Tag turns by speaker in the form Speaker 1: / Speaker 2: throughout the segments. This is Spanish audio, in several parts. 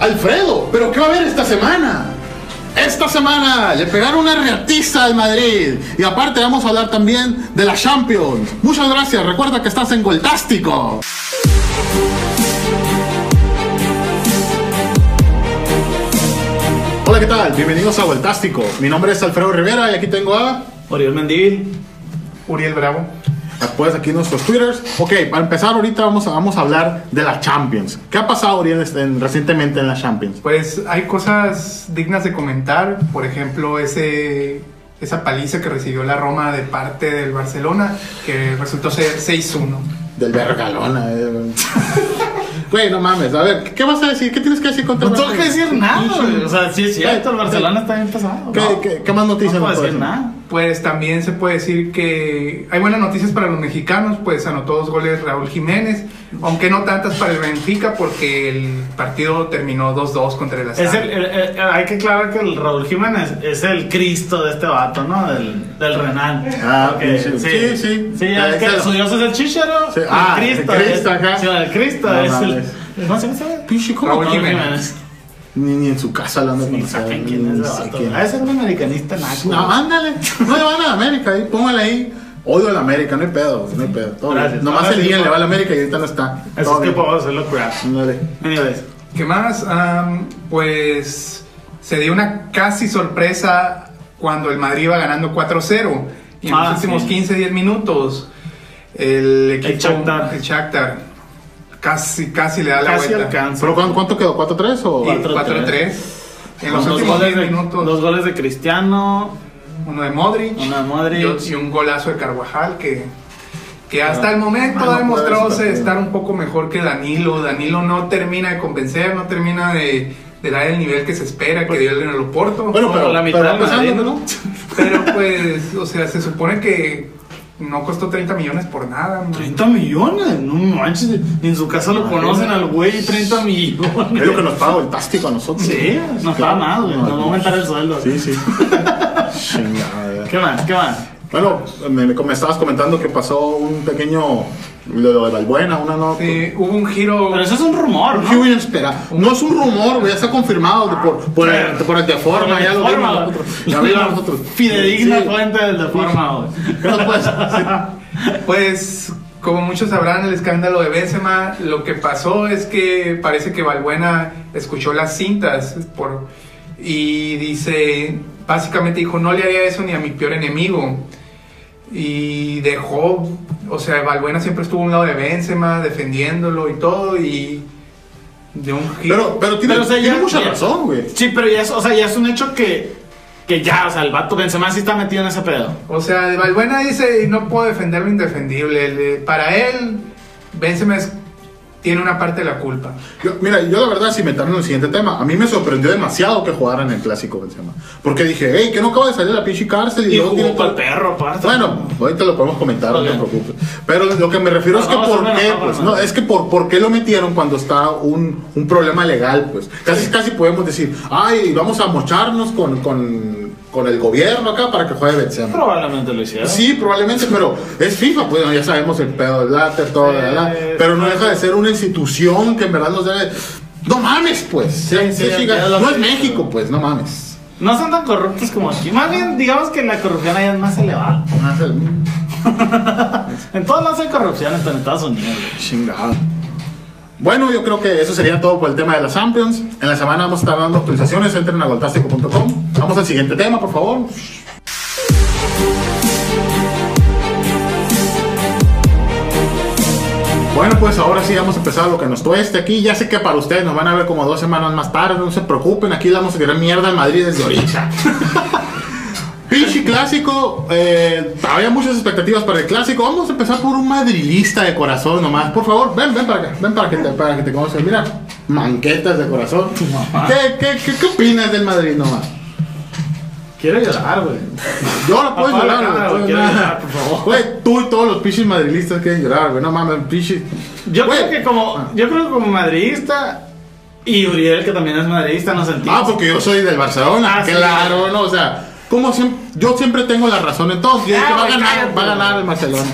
Speaker 1: Alfredo, ¿pero qué va a haber esta semana? Esta semana le pegaron una reatiza al Madrid. Y aparte vamos a hablar también de la Champions. Muchas gracias. Recuerda que estás en Goltástico. Hola, ¿qué tal? Bienvenidos a Goltástico. Mi nombre es Alfredo Rivera y aquí tengo a...
Speaker 2: Oriol Mendívil.
Speaker 3: Uriel Bravo.
Speaker 1: Después pues, aquí nuestros twitters. Ok, para empezar ahorita vamos a, vamos a hablar de la Champions. ¿Qué ha pasado Uriel, este, en- recientemente en la Champions?
Speaker 3: Pues hay cosas dignas de comentar, por ejemplo, ese esa paliza que recibió la Roma de parte del Barcelona, que resultó ser 6-1.
Speaker 1: Del Bergalona. eh. Güey, no mames. A ver, ¿qué vas a decir? ¿Qué tienes que decir contra
Speaker 2: No
Speaker 1: el
Speaker 2: tengo que
Speaker 1: Barcelona?
Speaker 2: decir nada, güey. O sea, sí es cierto, el Barcelona está bien pesado.
Speaker 1: ¿Qué,
Speaker 2: No,
Speaker 1: qué- qué más
Speaker 2: no
Speaker 1: noticias
Speaker 2: puedo
Speaker 1: nos puedes
Speaker 2: decir nada.
Speaker 3: Pues también se puede decir que hay buenas noticias para los mexicanos, pues anotó dos goles Raúl Jiménez, aunque no tantas para el Benfica porque el partido terminó 2-2 contra el
Speaker 2: Es el,
Speaker 3: Azar.
Speaker 2: el- el- hay que aclarar que el Raúl Jiménez es el Cristo de este vato, ¿no? Del, del Renal.
Speaker 1: Ah,
Speaker 2: Ok,
Speaker 1: sí, sí. Sí,
Speaker 2: sí.
Speaker 1: sí.
Speaker 2: ya es
Speaker 1: Eh,
Speaker 2: que
Speaker 1: claro.
Speaker 2: su dios es el Chichero.
Speaker 1: Sí, ah, el Cristo
Speaker 2: es-
Speaker 1: acá.
Speaker 2: sí, el Cristo
Speaker 1: No
Speaker 2: es
Speaker 1: mames.
Speaker 2: el. ¿Cómo se llama?
Speaker 1: Pinche, ¿cómo?
Speaker 3: Raúl Jiménez.
Speaker 1: Ni, ni en su casa lo anda
Speaker 2: Ni saben quién es ese vato. Ah, es un americanista naco.
Speaker 1: No, ándale. No le van a la América ahí. Póngale ahí. Odio a la América, no hay pedo, no hay pedo. Todo
Speaker 2: Gracias.
Speaker 1: bien. Nomás
Speaker 2: Ahora
Speaker 1: el
Speaker 2: sí,
Speaker 1: día
Speaker 2: por-
Speaker 1: le va a la América y ahorita no está.
Speaker 2: Eso
Speaker 1: Todo
Speaker 2: es que
Speaker 1: bien.
Speaker 2: puedo hacerlo crap.
Speaker 1: Ándale.
Speaker 2: Anyways.
Speaker 3: ¿Qué más? Am, pues se dio una casi sorpresa cuando el Madrid iba ganando 4-0. Y en
Speaker 2: Ah,
Speaker 3: los últimos
Speaker 2: sí.
Speaker 3: 15, 10 minutos, el equipo.
Speaker 2: Shakhtar.
Speaker 3: el Shakhtar casi, casi le da la
Speaker 2: Casi
Speaker 3: vuelta.
Speaker 2: alcanza.
Speaker 1: ¿Pero cuán- cuánto quedó? ¿4-3 o...?
Speaker 3: Y 4-3. En los
Speaker 2: Con dos
Speaker 3: últimos
Speaker 2: goles,
Speaker 3: 10
Speaker 2: de,
Speaker 3: minutos,
Speaker 2: dos goles de Cristiano.
Speaker 3: uno de Modric,
Speaker 2: Uno de Modric.
Speaker 3: y un- y un golazo de Carvajal que, que hasta el momento
Speaker 1: Ah, no
Speaker 3: ha demostrado
Speaker 1: puede ser
Speaker 3: ser-
Speaker 1: también.
Speaker 3: estar un poco mejor que Danilo. Danilo no termina de convencer, no termina de, de dar el nivel que se espera que dio en el Oporto.
Speaker 1: Pues Bueno,
Speaker 2: Como
Speaker 1: pero...
Speaker 2: la mitad
Speaker 1: pero
Speaker 2: del Madrid,
Speaker 1: empezando,
Speaker 2: ¿no?
Speaker 3: Pero pues, o sea, se supone que no costó 30 millones por nada. ¿no?
Speaker 2: 30 millones, no manches, ni en su casa lo
Speaker 3: Madre.
Speaker 2: conocen al güey, 30
Speaker 1: Es lo que
Speaker 2: millones.
Speaker 1: nos paga el tástico a nosotros.
Speaker 2: Sí, nos paga más, güey, nos va a aumentar el sueldo.
Speaker 1: Sí, sí. Chingada.
Speaker 2: ¿Qué más? ¿Qué más?
Speaker 1: Bueno, me, me- me estabas comentando que pasó un pequeño... Lo lo de Balbuena, una nota.
Speaker 3: Sí, hubo un giro.
Speaker 2: Pero eso es un rumor,
Speaker 1: ¿Qué
Speaker 2: ¿no?
Speaker 1: voy a esperar? No es un rumor, güey, ya está confirmado de por, por, el, por el de forma, ya lo vimos
Speaker 2: Forma,
Speaker 1: nosotros.
Speaker 2: güey.
Speaker 1: Ya vimos nosotros.
Speaker 2: Fidedigna
Speaker 1: Sí.
Speaker 2: fuente del de forma, güey.
Speaker 1: No, pues, sí.
Speaker 3: Pues, como muchos sabrán, el escándalo de Benzema, lo que pasó es que parece que Valbuena escuchó las cintas por, y dice, básicamente dijo, no le haría eso ni a mi peor enemigo. Y dejó, o sea, Valbuena siempre estuvo a un lado de Benzema, defendiéndolo y todo, y de un giro.
Speaker 1: Pero, pero tiene,
Speaker 2: Pero, o sea,
Speaker 1: tiene
Speaker 2: ya-
Speaker 1: mucha
Speaker 2: ya-
Speaker 1: razón, güey.
Speaker 2: Sí, pero ya es, o sea, ya es un hecho que, que ya, o sea, el vato Benzema sí está metido en ese pedo.
Speaker 3: O sea, de Valbuena dice, no puedo defender lo indefendible. Le- Para él, Benzema es- tiene una parte de la culpa.
Speaker 1: Yo- mira, yo la verdad, si me tardo en el siguiente tema, a mí me sorprendió demasiado que jugaran el clásico Benzema. Porque dije, hey, que no acaba de salir la pinche cárcel y,
Speaker 2: Y
Speaker 1: luego
Speaker 2: jugó
Speaker 1: tiene-
Speaker 2: para el perro, aparte.
Speaker 1: Bueno, ahorita lo podemos comentar,
Speaker 2: Ok.
Speaker 1: no te preocupes. Pero lo que me refiero
Speaker 2: No,
Speaker 1: es que
Speaker 2: no,
Speaker 1: por
Speaker 2: no, no,
Speaker 1: qué,
Speaker 2: no, no,
Speaker 1: pues,
Speaker 2: no.
Speaker 1: no, es que por, por qué lo metieron cuando está un, un problema legal, pues. Casi, casi podemos decir, ay, vamos a mocharnos con, con, con el gobierno acá para que juegue Benzema.
Speaker 2: Probablemente lo hicieron.
Speaker 1: Sí, probablemente, pero es FIFA, pues ya sabemos el pedo del láter, todo, la, la, la.
Speaker 2: Eh,
Speaker 1: pero no
Speaker 2: claro.
Speaker 1: deja de ser una institución que en verdad nos debe. No mames, pues. Sí,
Speaker 2: sí,
Speaker 1: sí,
Speaker 2: ya-
Speaker 1: chica.
Speaker 2: ya lo
Speaker 1: no es
Speaker 2: sé.
Speaker 1: México, pues, no mames.
Speaker 2: No son tan corruptos como aquí. Más bien, digamos que la corrupción allá es más elevada.
Speaker 1: No hace el-
Speaker 2: En todos lados hay corrupción, hasta en Estados Unidos. güey.
Speaker 1: Chingada. Bueno, yo creo que eso sería todo por el tema de las Champions. En la semana vamos a estar dando actualizaciones. Entren a goltástico.com. Vamos al siguiente tema, por favor. Bueno, pues ahora sí vamos a empezar lo que nos tueste aquí. Ya sé que para ustedes nos van a ver como dos semanas más tarde. No se preocupen, aquí le vamos a tirar mierda en Madrid desde ahorita. Pinche clásico, eh, había muchas expectativas para el clásico. Vamos a empezar por un madrilista de corazón nomás. Por favor, ven, ven para acá, ven para que te, para que te conozcan. Mira, manquetas de corazón.
Speaker 2: mamá.
Speaker 1: ¿Qué, qué, qué, qué opinas del Madrid nomás?
Speaker 2: Quiero llorar, güey.
Speaker 1: Yo no puedo
Speaker 2: Apaga la
Speaker 1: llorar,
Speaker 2: cámara,
Speaker 1: güey,
Speaker 2: güey, quiero
Speaker 1: nada.
Speaker 2: llorar, por favor.
Speaker 1: Güey, tú y todos los pinches madrilistas quieren llorar, güey. No mames, pinches.
Speaker 2: Yo
Speaker 1: Güey.
Speaker 2: creo que como, yo creo que como madridista y Uriel que también es madridista nos sentimos.
Speaker 1: Ah, porque yo soy del Barcelona,
Speaker 2: Ah, sí.
Speaker 1: claro, no, o sea, como siempre, yo siempre tengo la razón en todo, yo dije,
Speaker 2: Ah,
Speaker 1: va a
Speaker 2: güey,
Speaker 1: ganar,
Speaker 2: cállate,
Speaker 1: va a ganar el Barcelona.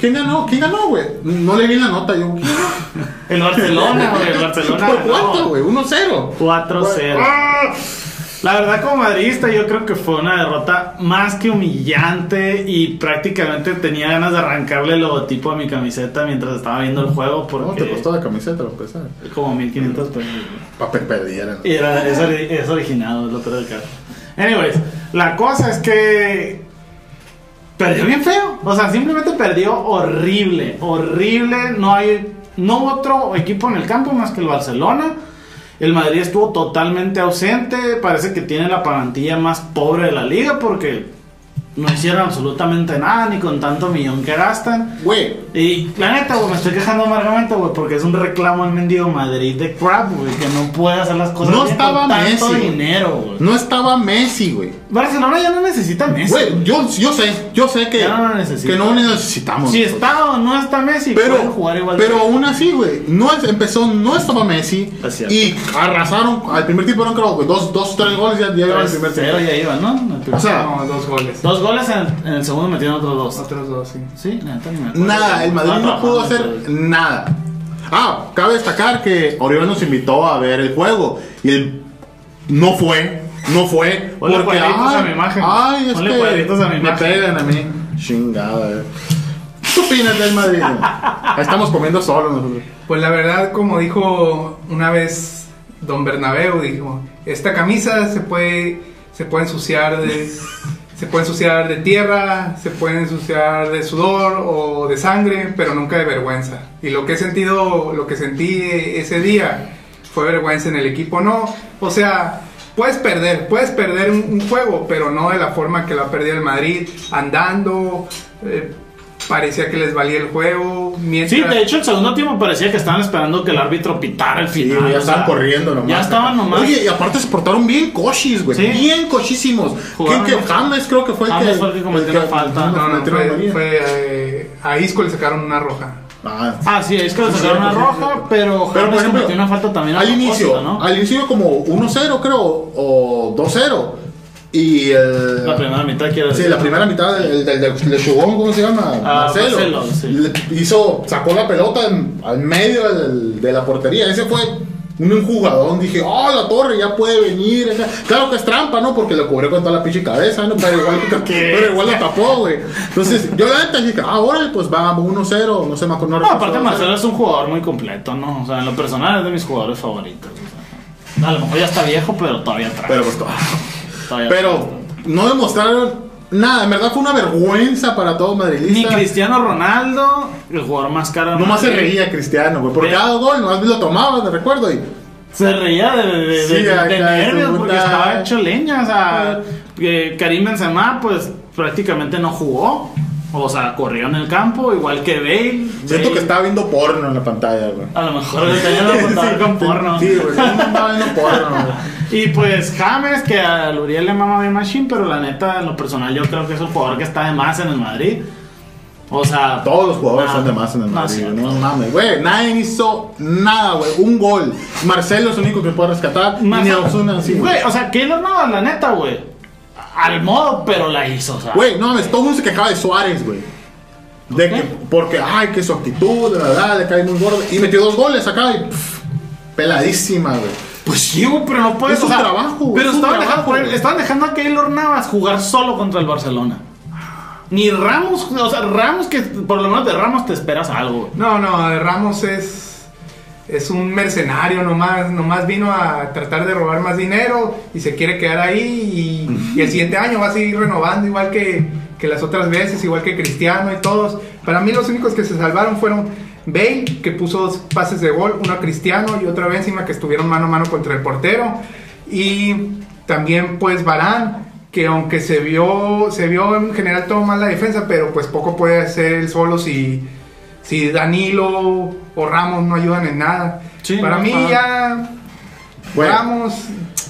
Speaker 1: ¿Quién ganó? ¿Quién ganó, güey? No le vi la nota, yo. ¿quién ganó?
Speaker 2: El Barcelona, güey. El Barcelona.
Speaker 1: ¿Por cuánto,
Speaker 2: ganó
Speaker 1: güey? 1-0.
Speaker 2: 4-0.
Speaker 1: Ah,
Speaker 2: La verdad, como madridista, yo creo que fue una derrota más que humillante y prácticamente tenía ganas de arrancarle el logotipo a mi camiseta mientras estaba viendo el juego
Speaker 1: ¿Cómo te
Speaker 2: porque
Speaker 1: costó la camiseta para empezar?
Speaker 2: como 1500 pesos. güey.
Speaker 1: Para que perdieran.
Speaker 2: Y era, es, ori- es originado, es lo peor del caso. Anyways, la cosa es que perdió bien feo. O sea, simplemente perdió horrible, horrible. No hay, no hubo otro equipo en el campo más que el Barcelona. El Madrid estuvo totalmente ausente. Parece que tiene la plantilla más pobre de la liga porque no hicieron absolutamente nada ni con tanto millón que gastan.
Speaker 1: Güey,
Speaker 2: Y la neta, güey, me estoy quejando amargamente, güey, porque es un reclamo al mendigo Madrid de crap, güey, que no puede hacer las cosas
Speaker 1: No
Speaker 2: bien
Speaker 1: estaba
Speaker 2: con tanto
Speaker 1: Messi, güey.
Speaker 2: dinero, güey.
Speaker 1: no estaba Messi, güey.
Speaker 2: Barcelona ya no necesita Messi.
Speaker 1: Güey, yo, yo sé, yo sé que,
Speaker 2: Ya no lo necesito.
Speaker 1: que no lo necesitamos.
Speaker 2: si
Speaker 1: güey.
Speaker 2: está o no está Messi, pueden
Speaker 1: Pero,
Speaker 2: jugar igual.
Speaker 1: pero aún así, güey, no es- empezó, no estaba Messi
Speaker 2: Es cierto.
Speaker 1: y arrasaron. Al primer tiempo eran creo que dos, dos, tres goles ya, ya llevaban el primer
Speaker 2: cero
Speaker 1: tiempo.
Speaker 2: ya iba, ¿no? En el primer-
Speaker 1: O sea,
Speaker 3: No, dos goles.
Speaker 2: dos goles en el, en el segundo metieron otros dos.
Speaker 3: Otros dos, sí.
Speaker 2: Sí, la neta, ni me acuerdo.
Speaker 1: Nada, el Madrid no
Speaker 2: Estaba
Speaker 1: pudo
Speaker 2: trabajando,
Speaker 1: hacer
Speaker 2: pero-
Speaker 1: nada. Ah, cabe destacar que Oriol nos invitó a ver el juego y él no fue, no fue.
Speaker 2: Ponle cuadritos a mi imagen.
Speaker 1: Ay, es
Speaker 2: Ponle
Speaker 1: que
Speaker 2: cuadritos a mi
Speaker 1: me
Speaker 2: imagen.
Speaker 1: pegan a mí. Chingada, eh. ¿Qué opinas del Madrid? Estamos comiendo solo nosotros.
Speaker 3: Pues la verdad, como dijo una vez Don Bernabeu, dijo, esta camisa se puede, se puede ensuciar de, se puede ensuciar de tierra, se puede ensuciar de sudor o de sangre, pero nunca de vergüenza. Y lo que he sentido, lo que sentí ese día fue vergüenza en el equipo, no. O sea, puedes perder, puedes perder un, un juego, pero no de la forma que la perdió el Madrid, andando. eh, Parecía que les valía el juego. Mientras...
Speaker 2: Sí, de hecho, el segundo tiempo parecía que estaban esperando que el árbitro pitara el
Speaker 1: Sí,
Speaker 2: final.
Speaker 1: güey, ya
Speaker 2: Ah, o
Speaker 1: estaban
Speaker 2: sea,
Speaker 1: corriendo nomás.
Speaker 2: Ya estaban nomás.
Speaker 1: Oye, y aparte se portaron bien cochis, güey.
Speaker 2: Sí.
Speaker 1: Bien cochísimos. ¿Quién
Speaker 2: Jugaron
Speaker 1: que
Speaker 2: mucho.
Speaker 1: James creo que fue el
Speaker 2: James
Speaker 1: que.
Speaker 2: fue el que cometió la falta.
Speaker 1: No,
Speaker 3: No, no,
Speaker 1: metieron
Speaker 3: fue,
Speaker 1: María.
Speaker 3: fue, eh, a Isco le sacaron una roja.
Speaker 1: Ah.
Speaker 2: Ah, sí, es que le
Speaker 1: Sí,
Speaker 2: sacaron una
Speaker 1: sí,
Speaker 2: roja,
Speaker 1: sí.
Speaker 2: pero
Speaker 1: Pero por
Speaker 2: James
Speaker 1: ejemplo,
Speaker 2: cometió una falta también a
Speaker 1: al
Speaker 2: propósito,
Speaker 1: inicio,
Speaker 2: ¿no?
Speaker 1: al inicio como 1-0 creo, o 2-0. Y el...
Speaker 2: La primera mitad quiero
Speaker 1: Sí,
Speaker 2: decir.
Speaker 1: la primera mitad del, del, del- del Chugón, ¿cómo se llama?
Speaker 2: Ah, Marcelo, sí.
Speaker 1: Le hizo, sacó la pelota en- al medio del- de la portería. Ese fue un jugadón. Dije, oh, la torre ya puede venir. Esa- Claro que es trampa, ¿no? Porque lo cubrió con toda la pinche cabeza, ¿no? Pero igual, pero igual la tapó, güey. Entonces, yo la neta dije, ah, órale, pues va 1-0. No sé, me acuerdo.
Speaker 2: No, aparte
Speaker 1: recuerdo.
Speaker 2: Marcelo es un jugador muy completo, ¿no? O sea, en lo personal es de mis jugadores favoritos. o sea. a lo mejor ya está viejo, pero todavía atrás.
Speaker 1: Pero pues, Pero no demostraron nada. En verdad fue una vergüenza para todo
Speaker 2: Ni
Speaker 1: madridista.
Speaker 2: Cristiano Ronaldo, el jugador más caro. de
Speaker 1: Nomás se
Speaker 2: Madrid,
Speaker 1: reía Cristiano, güey. Por
Speaker 2: Pero-
Speaker 1: cada gol, nomás lo tomaba, te recuerdo. Y
Speaker 2: Se reía de, de- de-
Speaker 1: Sí,
Speaker 2: de- de
Speaker 1: acá,
Speaker 2: nervios
Speaker 1: su
Speaker 2: porque
Speaker 1: puta-
Speaker 2: estaba hecho leña. O sea, que Karim Benzema, pues prácticamente no jugó. O sea, corrió en el campo, igual que Bale.
Speaker 1: siento
Speaker 2: Bale-
Speaker 1: que estaba viendo porno en la pantalla, güey.
Speaker 2: A lo mejor le tenían que contar con porno.
Speaker 1: Sí, güey. Estaba viendo porno, güey.
Speaker 2: Y pues James, que al Uriel le mama bien Machine, pero la neta, en lo personal, yo creo que es un jugador que está de más en el Madrid. O sea,
Speaker 1: Todos los jugadores
Speaker 2: nah,
Speaker 1: son de más en el
Speaker 2: Ah. no es
Speaker 1: Madrid,
Speaker 2: cierto.
Speaker 1: güey. No mames, güey. Nadie hizo nada, güey. Un gol. Marcelo es el único que puede rescatar.
Speaker 2: Más-
Speaker 1: Ni a Osuna, sí, güey.
Speaker 2: Güey, o sea, Keylor no, la neta, güey. Al modo, pero la hizo, o sea.
Speaker 1: Güey, no mames, todo el mundo se quejaba de Suárez, güey. De
Speaker 2: ¿Por
Speaker 1: que,
Speaker 2: qué?
Speaker 1: porque, ay, que su actitud, la verdad, le cae muy gordo. Y metió dos goles acá y pff, peladísima, güey.
Speaker 2: Pues sí, güey, pero no puedes.
Speaker 1: Es un trabajo, güey,
Speaker 2: Pero
Speaker 1: es un
Speaker 2: estaban,
Speaker 1: trabajo,
Speaker 2: dejando,
Speaker 1: güey.
Speaker 2: estaban dejando a Keylor Navas jugar solo contra el Barcelona. Ni Ramos, o sea, Ramos que por lo menos de Ramos te esperas algo, güey.
Speaker 3: No, no, Ramos es, es un mercenario nomás, nomás vino a tratar de robar más dinero y se quiere quedar ahí y, y el siguiente año va a seguir renovando igual que, que las otras veces, igual que Cristiano y todos. Para mí los únicos que se salvaron fueron Bale, que puso dos pases de gol, uno a Cristiano y otra vez encima que estuvieron mano a mano contra el portero. Y también pues Barán, que aunque se vio, se vio en general todo mal la defensa, pero pues poco puede hacer él solo si, si Danilo o Ramos no ayudan en nada.
Speaker 2: Sí,
Speaker 3: Para
Speaker 2: no,
Speaker 3: mí
Speaker 2: claro.
Speaker 3: ya
Speaker 1: Bueno.
Speaker 3: Ramos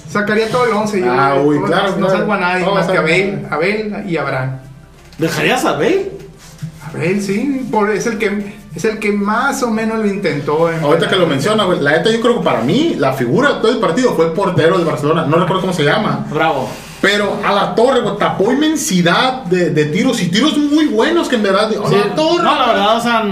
Speaker 3: sacaría todo el 11. yo
Speaker 1: Ah,
Speaker 3: no-
Speaker 1: uy,
Speaker 3: no,
Speaker 1: claro,
Speaker 3: no
Speaker 1: claro.
Speaker 3: salgo a nadie
Speaker 1: No,
Speaker 3: más que
Speaker 1: salgo
Speaker 3: a
Speaker 1: a
Speaker 3: Abel,
Speaker 1: nadie.
Speaker 3: Abel y Abraham.
Speaker 2: ¿Dejarías a Bale?
Speaker 3: Abel, sí, por- es, el que, es el que más o menos lo intentó. en-
Speaker 1: Ahorita que lo menciona, güey. La neta, yo creo que para mí, la figura de todo el partido fue el portero del Barcelona. No recuerdo cómo se llama.
Speaker 2: Bravo.
Speaker 1: Pero a la torre, güey, tapó inmensidad de, de tiros y tiros muy buenos que en verdad. A
Speaker 2: Sí.
Speaker 1: la torre.
Speaker 2: No, la verdad, o sea,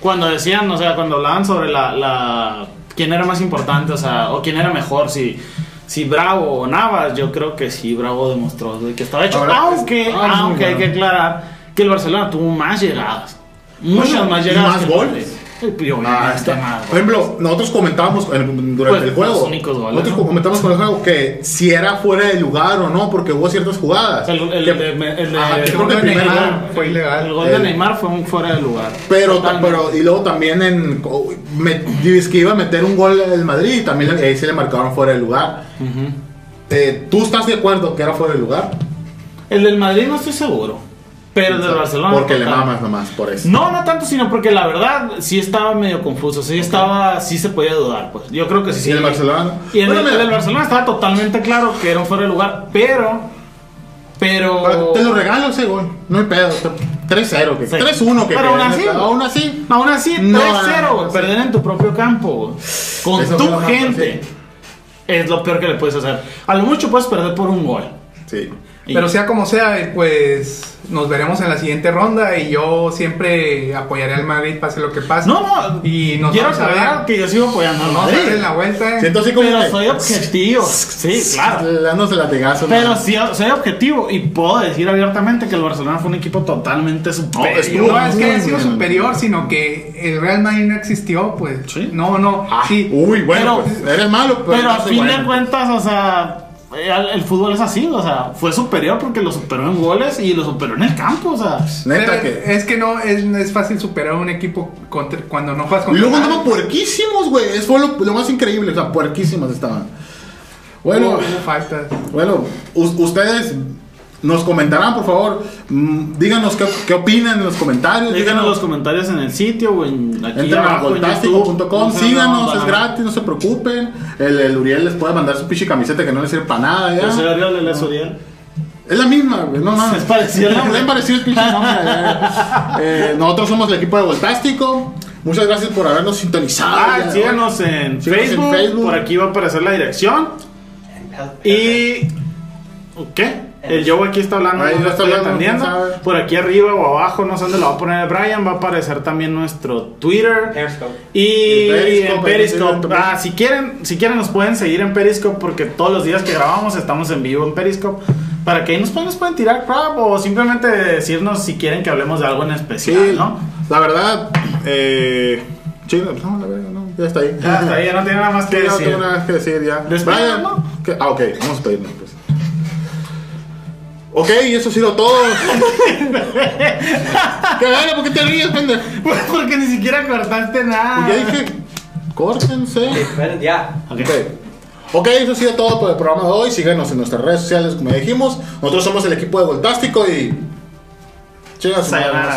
Speaker 2: cuando decían, o sea, cuando hablaban sobre la, la- quién era más importante, o sea, o quién era mejor, si, si Bravo o Navas, yo creo que sí, Bravo demostró güey, que estaba hecho.
Speaker 1: Ahora,
Speaker 2: aunque,
Speaker 1: es- ah, es muy
Speaker 2: aunque hay
Speaker 1: bueno.
Speaker 2: que aclarar que el Barcelona tuvo más llegadas. Muchas
Speaker 1: Bueno,
Speaker 2: más
Speaker 1: y
Speaker 2: llegadas.
Speaker 1: más
Speaker 2: que
Speaker 1: goles.
Speaker 2: goles. Y obviamente
Speaker 1: Ah, está.
Speaker 2: más
Speaker 1: Por ejemplo, nosotros comentábamos en- durante
Speaker 2: Pues,
Speaker 1: el juego.
Speaker 2: los únicos goles,
Speaker 1: nosotros
Speaker 2: ¿no?
Speaker 1: comentamos con el juego que si era fuera de lugar o no, porque hubo ciertas jugadas.
Speaker 2: El, el,
Speaker 1: Que-
Speaker 2: de- el de-
Speaker 1: Ajá, que creo
Speaker 2: el
Speaker 1: que
Speaker 2: gol
Speaker 1: el
Speaker 2: de
Speaker 1: primer
Speaker 2: Neymar,
Speaker 3: gol fue ilegal.
Speaker 2: El gol de
Speaker 1: El-
Speaker 2: Neymar fue un fuera de lugar.
Speaker 1: pero,
Speaker 2: Totalmente.
Speaker 1: pero, y luego también en. me- es que iba a meter un gol el Madrid y también le- ahí se le marcaron fuera de lugar.
Speaker 2: Ujú.
Speaker 1: Eh, ¿Tú estás de acuerdo que era fuera de lugar?
Speaker 2: El del Madrid no estoy seguro. Pero el del Barcelona.
Speaker 1: Porque le
Speaker 2: total.
Speaker 1: mamas nomás por eso.
Speaker 2: No, no tanto, sino porque la verdad sí estaba medio confuso. Sí estaba, sí se podía dudar, pues. Yo creo que sí.
Speaker 1: Y el Barcelona.
Speaker 2: Y en
Speaker 1: Bueno,
Speaker 2: el,
Speaker 1: mira,
Speaker 2: el del Barcelona estaba totalmente claro que era un fuera de lugar, pero. Pero.
Speaker 1: Te lo regalo ese gol. No hay pedo. te- 3-0. que-
Speaker 2: Sí.
Speaker 1: 3-1. que-
Speaker 2: Pero aún así-
Speaker 1: Aún así.
Speaker 2: Aún así,
Speaker 1: No,
Speaker 2: 3-0, güey,
Speaker 1: sí.
Speaker 2: perder en tu propio campo, güey, con
Speaker 1: Eso fue
Speaker 2: tu
Speaker 1: lo más
Speaker 2: gente, es lo peor que le puedes hacer. A lo mucho puedes perder por un gol.
Speaker 1: Sí.
Speaker 2: Y-
Speaker 3: Pero sea como sea, eh, pues nos veremos en la siguiente ronda y yo siempre apoyaré al Madrid pase lo que pase.
Speaker 2: No, no,
Speaker 3: Y nos
Speaker 2: quiero
Speaker 3: vamos a
Speaker 2: saber
Speaker 3: ver.
Speaker 2: que yo sigo apoyando al
Speaker 3: Nos vamos a
Speaker 2: Madrid.
Speaker 3: ver en la vuelta. eh.
Speaker 1: Siento así como.
Speaker 2: Pero
Speaker 1: que-
Speaker 2: soy objetivo, sí, claro.
Speaker 1: Dándose latigazo. ¿no?
Speaker 2: Pero sí, soy objetivo y puedo decir abiertamente que el Barcelona fue un equipo totalmente superior.
Speaker 1: estuvo-
Speaker 3: No es que haya sido
Speaker 1: Uy, no, no,
Speaker 3: superior, sino que el Real Madrid no existió, pues.
Speaker 2: Sí.
Speaker 3: No, no.
Speaker 1: Ah,
Speaker 3: sí.
Speaker 1: Uy, bueno,
Speaker 2: Pero-
Speaker 1: pues, eres malo, pero.
Speaker 2: Pero a
Speaker 1: no soy
Speaker 2: fin
Speaker 1: bueno.
Speaker 2: de cuentas, o sea, el, el fútbol es así, o sea, fue superior porque lo superó en goles y lo superó en el campo, o sea.
Speaker 1: Neta
Speaker 3: Pero
Speaker 1: que.
Speaker 3: Es que no es, no es fácil superar un equipo contra- cuando no juegas
Speaker 1: Y
Speaker 3: contra
Speaker 1: luego
Speaker 3: nadie.
Speaker 1: andaban puerquísimos, güey. Eso fue lo, lo más increíble. O sea, puerquísimos estaban. Bueno.
Speaker 3: Hubo- hubo Oh, faltas.
Speaker 1: Bueno, u- ustedes nos comentarán, por favor. Mm, Díganos qué, qué opinan en los comentarios.
Speaker 2: Díganos los comentarios en el sitio o en aquí
Speaker 1: Entren a
Speaker 2: abajo en YouTube.
Speaker 1: goltástico.com,
Speaker 2: No sé,
Speaker 1: síganos,
Speaker 2: no,
Speaker 1: es
Speaker 2: no.
Speaker 1: gratis, no se preocupen. El, el Uriel les puede mandar su pichi camiseta que no le sirve para nada.
Speaker 2: Yo soy
Speaker 1: ¿ya?
Speaker 2: Ariel de la Soriel.
Speaker 1: Es la misma, güey, no mames.
Speaker 2: Es parecido.
Speaker 1: No, es parecido el pinche nombre, ya. Eh, Nosotros somos el equipo de Voltástico. Muchas gracias por habernos sintonizado.
Speaker 2: Ah,
Speaker 1: ya,
Speaker 2: síganos en,
Speaker 1: Síganos en
Speaker 2: Facebook,
Speaker 1: Facebook.
Speaker 2: Por aquí va a aparecer la dirección. Y. ¿Qué? El Joe aquí está hablando.
Speaker 1: Ahí
Speaker 2: no
Speaker 1: lo está
Speaker 2: estoy
Speaker 1: hablando,
Speaker 2: atendiendo.
Speaker 1: quién sabe.
Speaker 2: Por aquí arriba o abajo, no sé dónde lo va a poner el Brian. Va a aparecer también nuestro Twitter. Y
Speaker 1: En Periscope,
Speaker 2: en Periscope.
Speaker 1: también.
Speaker 2: Ah, si quieren, si quieren nos pueden seguir en Periscope porque todos los días que grabamos estamos en vivo en Periscope. Para que ahí nos pueden, nos pueden tirar crap o simplemente decirnos si quieren que hablemos de algo en
Speaker 1: Sí,
Speaker 2: especial, ¿no?
Speaker 1: la verdad, eh, chido, no, la verga, no, ya está ahí.
Speaker 2: Ya, hasta ahí, ya no tiene nada más que
Speaker 1: Sí, no
Speaker 2: decir.
Speaker 1: tengo nada que decir ya.
Speaker 2: Despídete, ¿no?
Speaker 1: ¿qué? Ah, ok, vamos a pedirnos. Pues. Ok, y eso ha sido todo. ¿Qué bueno, ¿Por qué te ríes, pendejo?
Speaker 2: porque ni siquiera cortaste nada.
Speaker 1: Ya dije, córtense.
Speaker 4: Esperen, ya.
Speaker 2: Ok.
Speaker 1: Ok. Ok, eso ha sido todo por el programa de hoy. Síganos en nuestras redes sociales, como ya dijimos. Nosotros somos el equipo de Voltástico y. Chingas,
Speaker 2: Sayonara.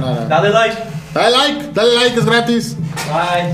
Speaker 1: nada.
Speaker 4: Dale like.
Speaker 1: Dale like, dale like, es gratis.
Speaker 4: Bye.